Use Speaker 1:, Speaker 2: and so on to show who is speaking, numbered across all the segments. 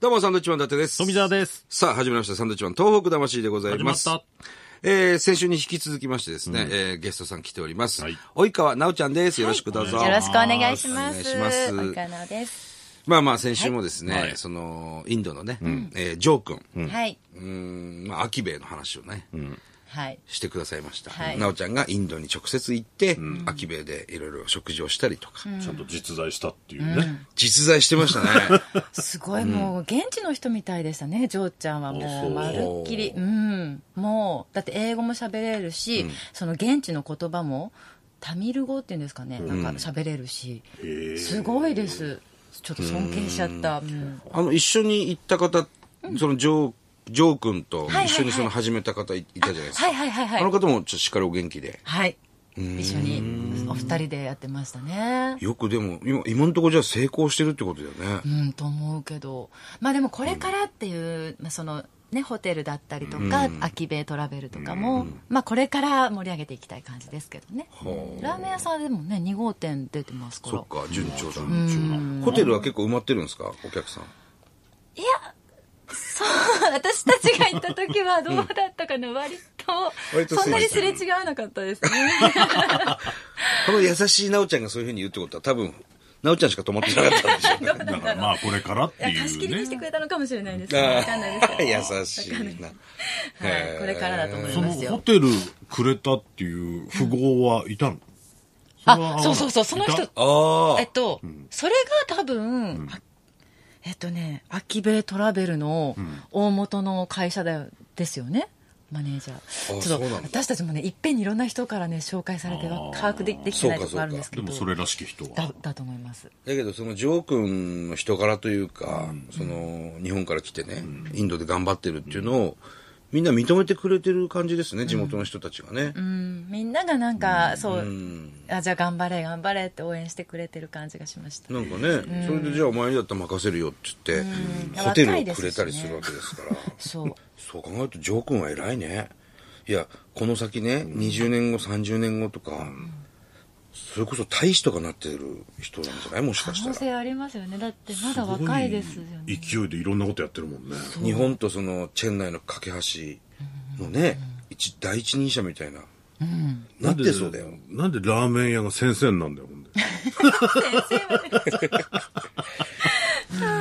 Speaker 1: どうも、サンドウィッチマン伊達です。
Speaker 2: 富澤です。
Speaker 1: さあ、始まりました。サンドウィッチマン東北魂でございます。
Speaker 2: 始まった
Speaker 1: えー、先週に引き続きましてですね、えーゲストさん来ております。
Speaker 2: はい
Speaker 1: 及川奈緒ちゃんです。よろしくどうぞ。
Speaker 3: よろしくお願いします。
Speaker 1: お願いします
Speaker 3: おかなです。
Speaker 1: まあまあ、先週もですね、
Speaker 2: はい
Speaker 1: その、インドのね、えージョー君、うん、
Speaker 3: はい。
Speaker 1: ん、まあ、アキベイの話をね、
Speaker 3: はい。
Speaker 1: してくださいました。
Speaker 3: はい
Speaker 1: 奈緒ちゃんがインドに直接行って、アキベイでいろいろ食事をしたりとか、
Speaker 2: ちゃんと実在したっていうね。
Speaker 1: 実在してましたね。
Speaker 3: すごい、もう、現地の人みたいでしたね、ジョーちゃんは
Speaker 2: あ
Speaker 3: も、
Speaker 2: そうう
Speaker 3: まるっきり。うん。もう、だって英語も喋れるし、その現地の言葉も、タミル語っていうんですかね、なんか喋れるし、
Speaker 2: へえ
Speaker 3: すごいです。ちょっと尊敬しちゃった。うん
Speaker 1: あの、一緒に行った方、その、ジョー、ジョー君と
Speaker 3: いはいはい
Speaker 1: 一緒にその始めた方いいたじゃないですか。
Speaker 3: はいはいはいはい
Speaker 1: あの方もちょっとしっかりお元気で。
Speaker 3: はい。一緒に、お二人でやってましたね。
Speaker 1: よくでも、今、今のところじゃあ成功してるってことだよね
Speaker 3: う。んと思うけどまあでもこれからっていう、まあ、そのねホテルだったりとか、秋ベイトラベルとかも、まあこれから盛り上げていきたい感じですけどねラーメン屋さんでもね2号店出てますか
Speaker 1: そ
Speaker 3: ら
Speaker 1: っか、順調だ。ホテルは結構埋まってるんですかお客さん。
Speaker 3: いやそう私たちが行った時はどうだったかな、割と
Speaker 1: 割と
Speaker 3: そんなに
Speaker 1: す
Speaker 3: す
Speaker 1: い
Speaker 3: れ
Speaker 1: ませ
Speaker 3: 違わなかっ たですね
Speaker 1: この優しいなおちゃんがそういうふうに言うってことは多分、なおちゃんしか泊まってなかったんでしょうね。
Speaker 2: だからまあこれからって
Speaker 3: いや
Speaker 2: い
Speaker 3: 貸し切
Speaker 2: う
Speaker 3: りにして
Speaker 2: ね。
Speaker 3: くれたのかもしれないですけど 分かんないです
Speaker 1: あ
Speaker 3: けど
Speaker 1: ー優 しいな。
Speaker 3: はい、これからだと思い
Speaker 2: その
Speaker 3: ます
Speaker 2: ホ
Speaker 3: よ
Speaker 2: テルくれたっていう富豪はいたの
Speaker 3: あそうそうそうその人
Speaker 2: い
Speaker 1: あ
Speaker 3: えっと、それが多分、あえっとね、アキベイトラベルの大元の会社だよですよね。マネージャーちょっ
Speaker 1: そう
Speaker 3: と
Speaker 1: なんだ
Speaker 3: 私たちもねいっぺんにいろんな人からね紹介されて
Speaker 2: あー
Speaker 3: は把握でできてないところあるんですけ
Speaker 2: で
Speaker 3: ど
Speaker 2: もそれらしき人は。
Speaker 3: だだと思います
Speaker 1: だけどそのジョー君の人柄というか、その日本から来てね、インドで頑張ってるっていうのをみんな認めてくれてる感じですね地元の人たちがね、
Speaker 3: うんみんながなんか、そう、
Speaker 1: うん
Speaker 3: あじゃあ頑張れ頑張れって応援してくれてる感じがしました
Speaker 1: なんかね、それでじゃあお前にだったら任せるよって言って、
Speaker 3: うん
Speaker 1: ホテルをくれたりするわけですから
Speaker 3: そう
Speaker 1: そう考えるとジョー君は偉いねいやこの先ね20年後30年後とか、それこそ大使とかなってる人なんじゃないもし
Speaker 3: 可
Speaker 1: かした
Speaker 3: 能
Speaker 1: ら
Speaker 3: 性ありますよねだってまだ若いですよね
Speaker 2: すごい勢いでいろんなことやってるもんね。
Speaker 1: 日本とそのチェン内の架け橋のね、一第一人者みたいな、なってそうだよ。
Speaker 2: なんでラーメン屋が先生なんだよ、ほんで。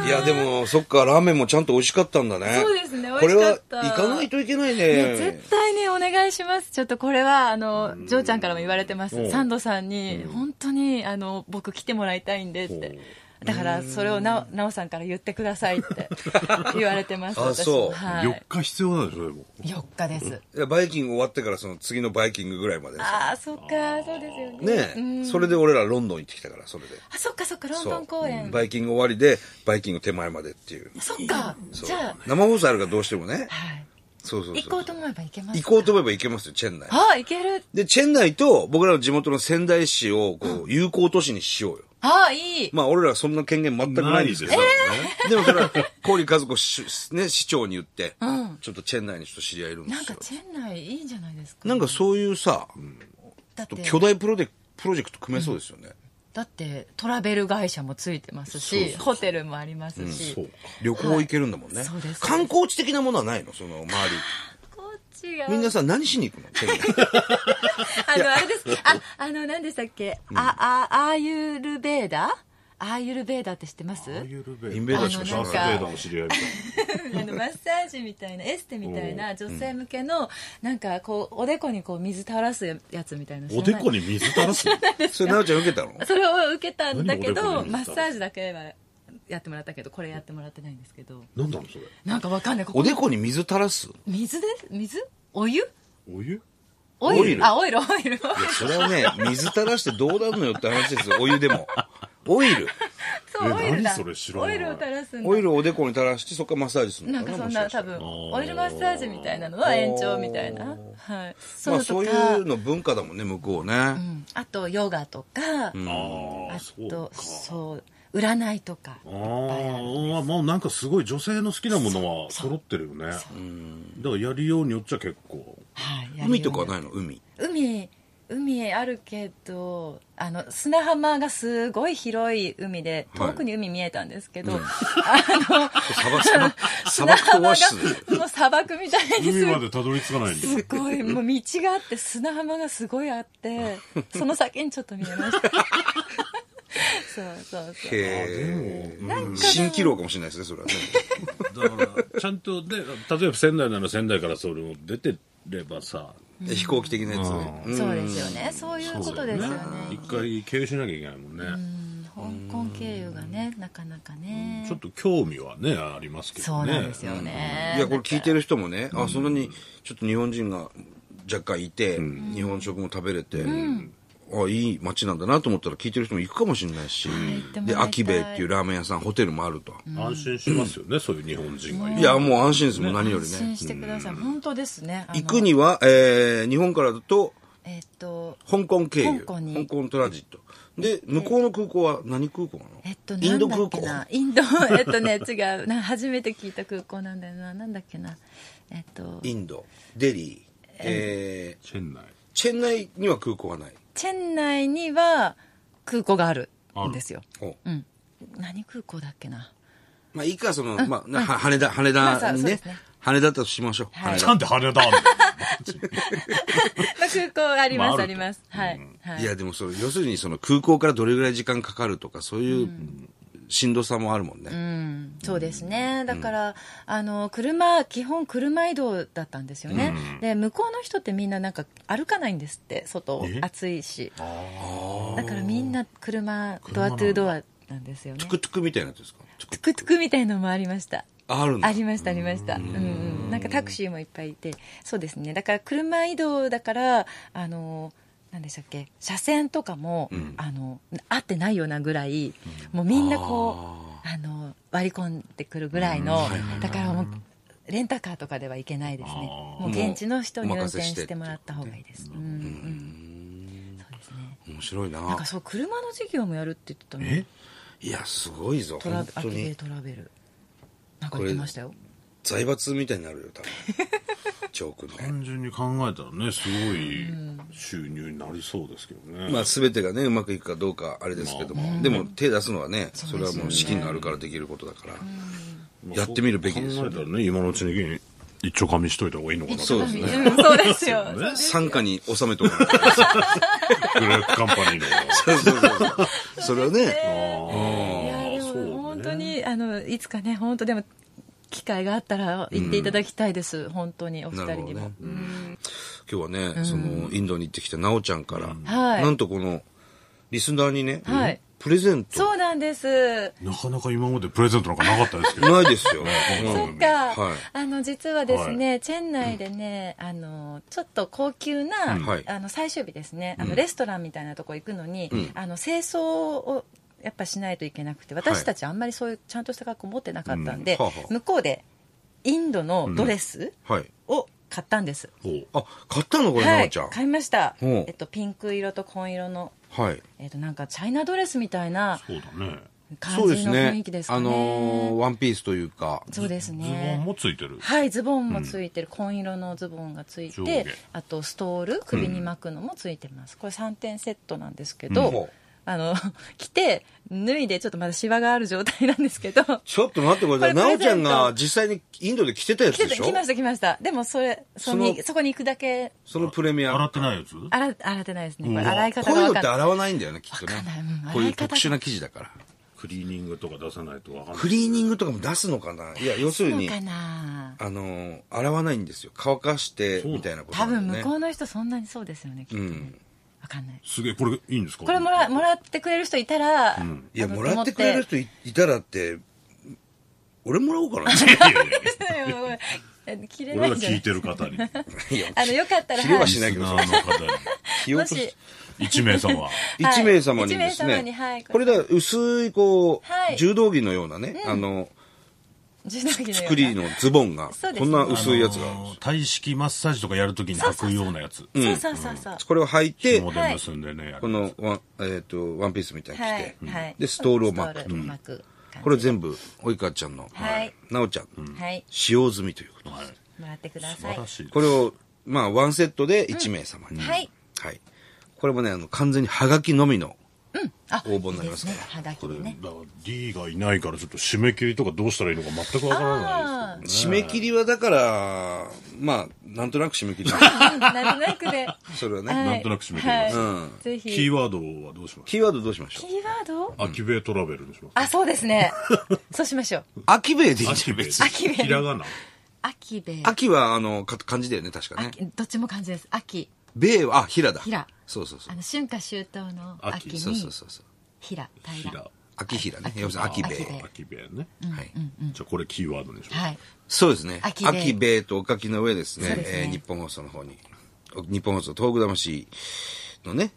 Speaker 1: いやでもそっかラーメンもちゃんと美味しかったんだね
Speaker 3: そうですね
Speaker 1: これ
Speaker 3: 美
Speaker 1: は
Speaker 3: 味しかった
Speaker 1: 行かないといけない
Speaker 3: ね、
Speaker 1: ね
Speaker 3: 絶対にお願いします。ちょっとこれは、あの、ジョーちゃんからも言われてま
Speaker 1: おう
Speaker 3: す。サンドさんに、本当に、あの、僕来てもらいたいんでって。だから、それをなお、なおさんから言ってくださいって 言われてます。
Speaker 1: あ
Speaker 3: 私
Speaker 1: そう
Speaker 3: は
Speaker 2: 4
Speaker 3: い。
Speaker 2: 日必要なんでしょ、でも。
Speaker 3: 4日です。
Speaker 1: いやバイキング終わってからその次のバイキングぐらいまでです
Speaker 3: ああ、そっか、そうですよね。
Speaker 1: ねえ、それで俺らロンドン行ってきたからそれで
Speaker 3: あ、そっかそっか、ロン
Speaker 1: そ
Speaker 3: ド
Speaker 1: う
Speaker 3: ン公演。
Speaker 1: バイキング終わりでバイキング手前までっていう
Speaker 3: そっか、
Speaker 1: そう
Speaker 3: じゃ
Speaker 1: 生放送あるからどうしてもね
Speaker 3: あ、はい。
Speaker 1: そうそうそう
Speaker 3: 行こうと思えば行けます。
Speaker 1: 行こうと思えば行けますよチェン内
Speaker 3: あ、行ける。
Speaker 1: でチェン内と僕らの地元の仙台市をこう友好都市にしようよ
Speaker 3: ああ、いい。
Speaker 1: まあ、俺らそんな権限全くないんですけど。
Speaker 2: ない
Speaker 1: でもそれは、郡和子し、ね、市長に言って、ちょっとチェン内にちょっと知り合いいるんで
Speaker 3: なん
Speaker 1: す
Speaker 3: か
Speaker 1: よ。
Speaker 3: チェン内いいんじゃないですか。
Speaker 1: なんかそういうさ、
Speaker 3: だって
Speaker 1: 巨大プロデプロジェクト組めそうですよね。
Speaker 3: だってトラベル会社もついてますしホテルもありますし、
Speaker 2: そうか。
Speaker 1: 旅行行けるんだもんね、
Speaker 3: はいそうです
Speaker 1: 観光地的なものはないのそ の周り。
Speaker 3: こっちが
Speaker 1: みんなさ、何しに行くのチェン内
Speaker 3: あのあれですああの何でしたっけ、ああアーユルベーダアーユルベーダって知ってます
Speaker 2: アーユルベ
Speaker 1: イン
Speaker 2: ー
Speaker 1: ベ
Speaker 2: ダ
Speaker 1: ーダ
Speaker 2: ー
Speaker 1: ーしか知ら
Speaker 2: ダ
Speaker 1: な
Speaker 2: ー
Speaker 1: い
Speaker 2: ス・ベーダーの知り合いみたい
Speaker 3: あのマッサージみたいなエステみたいな女性向けのなんかこうおでこにこう水垂らすやつみたいな
Speaker 2: な。おでこに水垂らすの
Speaker 1: それ、奈緒ちゃん受けたの
Speaker 3: それを受けたんだけ
Speaker 2: 何おでこ
Speaker 3: ど
Speaker 2: に水垂らす
Speaker 3: マッサージだけはやってもらったけどこれやってもらってないんですけど
Speaker 2: なんだろう、それ。
Speaker 3: なんかわかんないここ
Speaker 1: おでこに水垂らす
Speaker 3: 水です水お湯
Speaker 2: お湯
Speaker 3: オイル
Speaker 1: オイル
Speaker 3: あオイルオイル
Speaker 1: それはね、水垂らしてどうなるのよって話ですよ、お湯でも。オイル。
Speaker 3: そう
Speaker 2: え
Speaker 3: オイルだ
Speaker 2: 何それ知らない
Speaker 3: オイルを垂らすんだ
Speaker 1: オイルをおでこに垂らして、そこからマッサージするの
Speaker 3: なん
Speaker 1: か
Speaker 3: か
Speaker 1: な
Speaker 3: そんな多。
Speaker 1: もしかしたら
Speaker 3: 分
Speaker 2: ー
Speaker 3: オイルマッサージみたいなのは延長みたいな、はい、
Speaker 1: ま
Speaker 3: そ
Speaker 1: あ
Speaker 3: う
Speaker 1: そ
Speaker 3: と
Speaker 1: う
Speaker 3: か、
Speaker 1: いうの文化だもんね、向こうね。
Speaker 3: うんあとヨガとか、
Speaker 2: ああ、
Speaker 3: あ
Speaker 2: そう
Speaker 3: とそう
Speaker 2: か。
Speaker 3: 占いとかいっ
Speaker 2: あ
Speaker 3: ぱいある
Speaker 2: あ、もうなんかすごい女性の好きなものは揃ってるよね。だからやりようによっちゃ結構。
Speaker 3: はいやるようにな
Speaker 1: 海とかはないの海
Speaker 3: 海海あるけどあの砂浜がすごい広い海で
Speaker 1: はい
Speaker 3: 遠くに海見えたんですけど、
Speaker 1: うん
Speaker 3: あ
Speaker 1: 砂漠、砂
Speaker 3: の
Speaker 1: 漠、砂
Speaker 3: 砂
Speaker 1: 漠
Speaker 3: 浜
Speaker 1: オ
Speaker 3: が
Speaker 1: アシスだよ
Speaker 3: もう砂漠みたいに
Speaker 2: 海
Speaker 3: す
Speaker 2: までたどり着かないんです
Speaker 3: すごいもう道があって砂浜がすごい あってその先にちょっと見えましたそうそうそう
Speaker 1: へ
Speaker 2: あで
Speaker 1: え。蜃気楼かもしれないですね、それはね。
Speaker 2: だからちゃんとで例えば仙台なら仙台からそれを出てればさ
Speaker 1: 飛行機的なやつね。ん
Speaker 3: そうですよねそういうことですよね
Speaker 2: 一回経由しなきゃいけないもんね、
Speaker 3: うん香港経由がねなかなかね
Speaker 2: ちょっと興味はねありますけ
Speaker 3: そ
Speaker 2: ど
Speaker 3: う
Speaker 2: ね
Speaker 3: なんですよね
Speaker 1: いや、これ聞いてる人もね、あ、そんなにちょっと日本人が若干いて、日本食も食べれて、あ、いい街なんだなと思ったら聞いてる人も行くかもしれないし
Speaker 3: 行って、もら
Speaker 1: で、
Speaker 3: いたい
Speaker 1: アキベイっていうラーメン屋さん、ホテルもあると。
Speaker 2: 安心しますよね、そういう日本人がいる
Speaker 1: いや、もう安心ですもん、何より
Speaker 3: 安心
Speaker 1: ね。
Speaker 3: してください、本当ですねあの
Speaker 1: 行くには、えー日本からだと、
Speaker 3: えっと
Speaker 1: 香港経由。
Speaker 3: 香港に
Speaker 1: トラジット。で、向こうの空港は何空港なの
Speaker 3: えっと、
Speaker 1: インド
Speaker 3: なん
Speaker 1: 空
Speaker 3: だっけ
Speaker 1: 港。
Speaker 3: なインド えっとね違うな初めて聞いた空港なんだよななんだっけなえっと
Speaker 1: インド、デリー、えー
Speaker 2: チェン内
Speaker 1: チェン内には空港はない。
Speaker 3: チェン内には空港があるんですよ
Speaker 1: お
Speaker 3: うん何空港だっけな
Speaker 1: まあ、いいか、その、まあ、なは羽田、羽
Speaker 3: まあそ
Speaker 1: 田
Speaker 3: う
Speaker 1: に
Speaker 3: そうで
Speaker 1: ね
Speaker 3: すね、
Speaker 1: 羽田だとしましょう。
Speaker 3: はい
Speaker 1: 羽田
Speaker 2: なんで羽田あんの
Speaker 3: まあ空港ありま
Speaker 2: まああ
Speaker 3: す、
Speaker 2: る
Speaker 3: あ、
Speaker 2: と
Speaker 3: りますはい、はい
Speaker 1: いや、でも、それ、要するに、その、空港からどれぐらい時間かかるとか、そういう、しんどさもあるもんね。
Speaker 3: うん、そうですね、だから、あの車、基本、車移動だったんですよね、で向こうの人ってみんななんか歩かないんですって、外を
Speaker 2: え、
Speaker 3: 暑いし、だからみんな車、ドアトゥードアなんですよね
Speaker 1: トゥ、クトゥクみたいなやつですかトゥク
Speaker 3: トゥクトゥクみたいのもありました、
Speaker 1: あるんだ。
Speaker 3: ありました、ありました、うんうん、なんかタクシーもいっぱいいて、そうですね、だから車移動だから、あのなんでしたっけ車線とかも、あの合ってないようなぐらい、もうみんなこう。
Speaker 1: あ
Speaker 3: あの割り込んでくるぐらいの、だからもうレンタカーとかではいけないですね
Speaker 2: あ
Speaker 1: ー
Speaker 3: もう現地の人に
Speaker 1: もう
Speaker 3: 運
Speaker 1: お任
Speaker 3: 転
Speaker 1: せして
Speaker 3: してもらった方がいいです、うんうんそうですね
Speaker 1: ー面白い
Speaker 3: なん
Speaker 1: な
Speaker 3: か。そう車の事業もやるって言ってたの
Speaker 2: え
Speaker 1: いや、すごいぞ。
Speaker 3: トラ
Speaker 1: 本
Speaker 3: ベア
Speaker 1: 当
Speaker 3: キベイ
Speaker 1: に。
Speaker 3: トラベルなんか言ってましたよ
Speaker 1: 財閥みたいになるよ、 多分。チョークの。
Speaker 2: 単純に考えたらねすごい収入になりそうですけどね、
Speaker 1: まあ、全てがねうまくいくかどうかあれですけども、でも手出すのはねそれはもう資金があるからできることだから、やってみるべきです
Speaker 2: 考
Speaker 1: よ
Speaker 2: えたらね今のうちに一丁紙しといた方がいいのかな
Speaker 1: そうですね
Speaker 3: うんそうですよ
Speaker 2: そうです
Speaker 1: 傘下に収めとかないと
Speaker 2: グレープカン パニーの
Speaker 1: そうそうそうそうそれはね
Speaker 3: いやで
Speaker 2: そうね
Speaker 3: も本当に、あのいつかね本当でも機会があったら行っていただきたいです、本当にお二
Speaker 1: なるほど
Speaker 3: 人に
Speaker 1: ね
Speaker 3: も、、
Speaker 1: 今日はねそのインドに行ってきた奈緒ちゃんから、
Speaker 3: はい
Speaker 1: なんとこのリスナーにね、
Speaker 3: はい
Speaker 1: プレゼント
Speaker 3: そうなんです
Speaker 2: なかなか今までプレゼントなんかなかったですけど
Speaker 1: ないです よ、
Speaker 3: そ
Speaker 1: う
Speaker 3: っ
Speaker 1: ん
Speaker 3: か、
Speaker 1: はい
Speaker 3: あの実はですね、チェン内でね、あのちょっと高級な、
Speaker 1: はい
Speaker 3: あの最終日ですね、あのレストランみたいなとこ行くのに、あの清掃をやっぱしないといけなくて、私たちあんまりそういうちゃんとした格好持ってなかったんで、
Speaker 1: うんはあはあ
Speaker 3: 向こうでインドのドレス
Speaker 1: はい、
Speaker 3: を買ったんです。
Speaker 2: こ
Speaker 1: あ買ったのこれ
Speaker 3: は
Speaker 1: 奈緒
Speaker 3: い、
Speaker 1: ちゃん
Speaker 3: 買いました。
Speaker 1: ほう
Speaker 3: えっとピンク色と紺色の
Speaker 1: はい
Speaker 3: えっとなんかチャイナドレスみたいな
Speaker 2: うそうだね
Speaker 3: 感じの雰囲気ですかね。
Speaker 1: あのーワンピースというか
Speaker 3: そうですね。
Speaker 2: ズボンもついてる
Speaker 3: はい、ズボンもついてる、紺色のズボンがつい
Speaker 2: 上
Speaker 3: て
Speaker 2: 下、
Speaker 3: あとストール、首に巻くのもついてます。これ3点セットなんですけど、
Speaker 1: うん
Speaker 3: あの、 着て、脱いで、ちょっとまだシワがある状態なんですけど、
Speaker 1: ちょっと待ってこれ
Speaker 3: これ
Speaker 1: 奈緒ちゃん
Speaker 3: プレゼ
Speaker 1: が
Speaker 3: ン
Speaker 1: 実際にインドで着てたやつ
Speaker 3: 着
Speaker 1: で
Speaker 3: て
Speaker 1: したょ
Speaker 3: 来ました、来ました。でも、それ、そ
Speaker 1: そ
Speaker 3: の
Speaker 1: の
Speaker 3: そこに行くだけ、
Speaker 1: そのプレミアム
Speaker 2: 洗ってないやつ
Speaker 3: 洗洗ってないですね。
Speaker 2: う
Speaker 3: こ
Speaker 2: わ
Speaker 3: れ洗い方
Speaker 1: こう
Speaker 3: が
Speaker 1: いうのっ
Speaker 3: わかん
Speaker 1: て
Speaker 3: ない。
Speaker 1: 洗わないんだよねきっとね
Speaker 3: わかんないうん
Speaker 1: こうい
Speaker 3: 洗
Speaker 1: う
Speaker 3: い方が
Speaker 1: 特殊な生地だから
Speaker 2: クリーニングとか出さないとわかんない
Speaker 1: クリーニングとかも出すのかないや要する
Speaker 3: そう
Speaker 1: に
Speaker 3: かな
Speaker 1: あのー洗わないんですよ乾かして
Speaker 2: う
Speaker 1: みたいなこと
Speaker 3: 多
Speaker 1: なん
Speaker 3: 分、
Speaker 1: だよね
Speaker 3: 向こうの人そんなにそうですよね、きっとね。わ、
Speaker 1: ん
Speaker 3: かんない。
Speaker 2: すげえこれいいんですか
Speaker 3: これもら、もらってくれる人いたら、
Speaker 1: いや
Speaker 3: あの
Speaker 1: もらってくれる人いいたらって俺もらおう かない
Speaker 3: 切れな
Speaker 2: 俺
Speaker 3: い
Speaker 2: が
Speaker 3: んじゃ
Speaker 2: 聞
Speaker 3: ない
Speaker 2: いてる方に
Speaker 1: や
Speaker 3: あのよかったら
Speaker 1: 切れは
Speaker 2: リ
Speaker 1: し
Speaker 2: ス
Speaker 1: ないけど
Speaker 2: ナーの方に
Speaker 1: 切り落と
Speaker 3: も
Speaker 1: し
Speaker 3: し
Speaker 2: 一名様
Speaker 3: はい
Speaker 1: 一名様にです
Speaker 3: 一名様
Speaker 1: ね
Speaker 3: にはい
Speaker 1: これだ薄いこ
Speaker 3: は
Speaker 1: う
Speaker 3: い
Speaker 1: 柔道着のようなねあの
Speaker 3: 自動機のような
Speaker 1: 作りのズボンが
Speaker 3: そうで
Speaker 1: こ
Speaker 3: すね
Speaker 1: んな薄いやつがあ
Speaker 2: あ
Speaker 1: るんで
Speaker 2: の体式マッサージとかやるときに履くようなやつ
Speaker 3: そうそうそうそう、
Speaker 1: すこれを履いて
Speaker 2: 紐で結んでねやる
Speaker 1: このワン,、えー、とワンピースみたいに着て、
Speaker 3: はい、はい、
Speaker 1: でストールを巻く
Speaker 3: ストールを巻く
Speaker 1: これ
Speaker 3: 感
Speaker 1: 全部及川ちゃんの、
Speaker 3: はい
Speaker 1: なおちゃん、
Speaker 3: じはい
Speaker 1: 使用済みということ
Speaker 2: はい
Speaker 3: もらってくだ
Speaker 2: 素
Speaker 3: さい
Speaker 2: 晴らしいです
Speaker 1: これをまあワンセットで1名様に、
Speaker 3: はい
Speaker 1: はいこれもね、あの、完全にハガキのみの
Speaker 3: あ
Speaker 1: 応募になります
Speaker 3: い
Speaker 1: ね
Speaker 3: いでねはがきでね
Speaker 2: だから D がいないからちょっと締め切りとかどうしたらいいのか全くわからないです
Speaker 1: 締め切りはだから、まあ、なんとなく締め切り。
Speaker 3: なんとなくで
Speaker 1: それは ね。
Speaker 3: はい
Speaker 2: なんとなく締め切ります
Speaker 3: は
Speaker 1: うん
Speaker 3: いぜ
Speaker 2: け
Speaker 3: ひ
Speaker 2: ど。
Speaker 3: キ
Speaker 2: キー
Speaker 3: ー
Speaker 2: ワードはどうします
Speaker 1: キーワードどうしましょう
Speaker 3: ワード
Speaker 2: アキベートラベルにします。
Speaker 3: あそうですねそうしましょう
Speaker 1: 秋兵衛でいいん
Speaker 2: ア
Speaker 1: じ
Speaker 2: キ
Speaker 1: ゃん、
Speaker 2: ベ
Speaker 1: 別
Speaker 2: ー
Speaker 1: に。
Speaker 3: アキベ
Speaker 2: ひらがな。
Speaker 3: 秋べ
Speaker 1: 秋は、あの、か漢字だよね、確かね。
Speaker 3: 秋どっちも漢字です秋
Speaker 1: 米は、あ、平だ。
Speaker 3: 平
Speaker 1: そうそうそ
Speaker 3: あ
Speaker 1: う。
Speaker 3: の春夏秋冬の
Speaker 2: 秋
Speaker 3: 秋に
Speaker 1: そうそうそうそう。
Speaker 3: 平
Speaker 2: ひ
Speaker 3: 平
Speaker 2: ら。
Speaker 1: 秋平ね。
Speaker 3: 秋
Speaker 1: 要するに秋兵
Speaker 3: 秋兵
Speaker 1: 衛
Speaker 3: 衛
Speaker 2: アキベーね。
Speaker 1: はい。
Speaker 2: じゃあこれキーワードにします。
Speaker 3: はい
Speaker 1: そうですね。
Speaker 3: 秋兵衛
Speaker 1: 秋兵衛とお書きの上ですね。
Speaker 3: そうですね
Speaker 1: えー日本放送の方に。お日本放送、東北魂のね、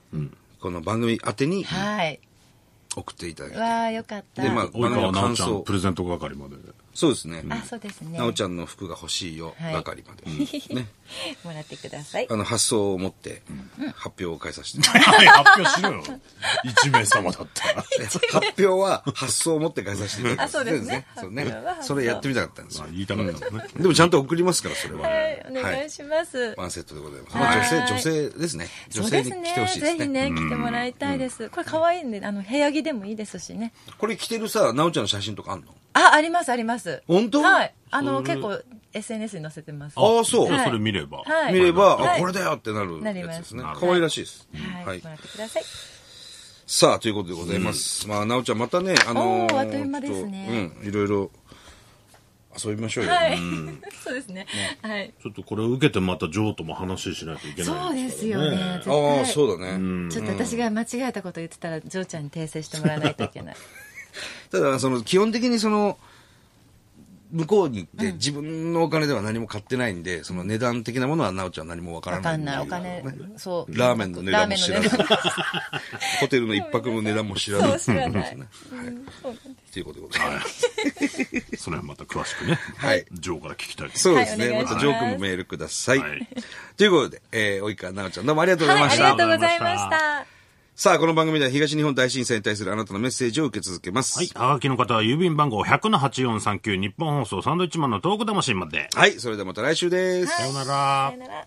Speaker 1: この番組宛てに
Speaker 3: はい
Speaker 1: 送っていただいて。
Speaker 3: わあよかった
Speaker 1: でまあ
Speaker 2: 及川なおちゃ
Speaker 1: 番組の感想
Speaker 2: んプレゼント係まで。
Speaker 1: そうですね。
Speaker 3: あそうですね
Speaker 1: なおちゃんの服が欲しいよ、
Speaker 3: はい
Speaker 1: 係ま で。ね。
Speaker 3: もらってください
Speaker 1: あの、発想を持って、発表を変えさ せて。
Speaker 2: はい、発表しろよ。一名様だったら。
Speaker 1: 発表は発想を持って返させていただきます。
Speaker 3: あそうですね
Speaker 1: そうね
Speaker 3: 発表は。発想
Speaker 1: それやってみたかったんですよ
Speaker 2: まあ。言いたかったですね。
Speaker 1: でもちゃんと送りますから、それは。
Speaker 3: はいお願いします
Speaker 1: ワンセットでございます。
Speaker 3: はい
Speaker 1: まあ女性、女性ですね。女
Speaker 3: そう
Speaker 1: 性
Speaker 3: で
Speaker 1: に
Speaker 3: す
Speaker 1: 来てほ
Speaker 3: ね
Speaker 1: しいで
Speaker 3: ぜ
Speaker 1: す
Speaker 3: ひ
Speaker 1: ね。
Speaker 3: ね来てもらいたいですこれ可愛いんであの部屋着でもいいですしね
Speaker 1: これ着てるさ、なおちゃんの写真とかあんの
Speaker 3: あありますあります
Speaker 1: 本当
Speaker 3: はいあの
Speaker 2: それ
Speaker 3: 結構 SNS に載せてます
Speaker 1: ああ、そう
Speaker 2: じ。ゃあ
Speaker 3: はい
Speaker 2: それ見れば。
Speaker 3: はい
Speaker 1: 見れば、
Speaker 3: はい
Speaker 1: あ、これだよってなる
Speaker 3: なりま
Speaker 1: やつ
Speaker 3: す
Speaker 1: ですね
Speaker 2: なる。ほど
Speaker 1: 可愛らしいです。
Speaker 3: はいもらってください
Speaker 1: さあ、ということでございます。まあ、なおちゃんまたね、あの
Speaker 3: お
Speaker 1: ー、
Speaker 3: ーあっという間です
Speaker 1: ち
Speaker 3: ね
Speaker 1: ょっとうん、いろいろ遊びましょうよ。
Speaker 3: はい そうですねはい
Speaker 2: ちょっとこれを受けてまたジョーとも話ししないといけないから。
Speaker 3: そうですよね絶対
Speaker 1: ああ、そうだね。
Speaker 3: ちょっと私が間違えたこと言ってたらジョーちゃんに訂正してもらわないとい けない
Speaker 1: ただ、その、基本的にその、向こうに行って自分のお金では何も買ってないんで、その値段的なものはなおちゃんは何もわから
Speaker 3: わ
Speaker 1: ない
Speaker 3: か
Speaker 1: ってう
Speaker 3: んないお金
Speaker 1: ね
Speaker 3: そう
Speaker 1: ラーメンの値段も
Speaker 3: ラー
Speaker 1: 知
Speaker 3: メ
Speaker 1: ら
Speaker 3: ン
Speaker 1: ない
Speaker 3: の値段。
Speaker 1: ホテルの一泊の値段も知らない。
Speaker 3: そう知らない
Speaker 1: うん
Speaker 3: うんそうなんです
Speaker 1: ということでございます。
Speaker 2: それはまた詳しくね。
Speaker 1: はい
Speaker 2: ジョーから聞きたいです。
Speaker 1: そうですね。
Speaker 3: はいお願い
Speaker 1: ま
Speaker 3: します
Speaker 1: たジョー君もメールください。
Speaker 2: はい
Speaker 1: ということで、えー、及川奈緒ちゃんどうもありがとうございました。
Speaker 3: はい、ありがとうございました。
Speaker 1: さあ、この番組では東日本大震災に対するあなたのメッセージを受け続けます。
Speaker 2: はい。はがきの方は郵便番号100-8439日本放送サンドイッチマンのトーク魂まで。
Speaker 1: はい、それではまた来週です。
Speaker 2: さようなら
Speaker 3: さよ。なら。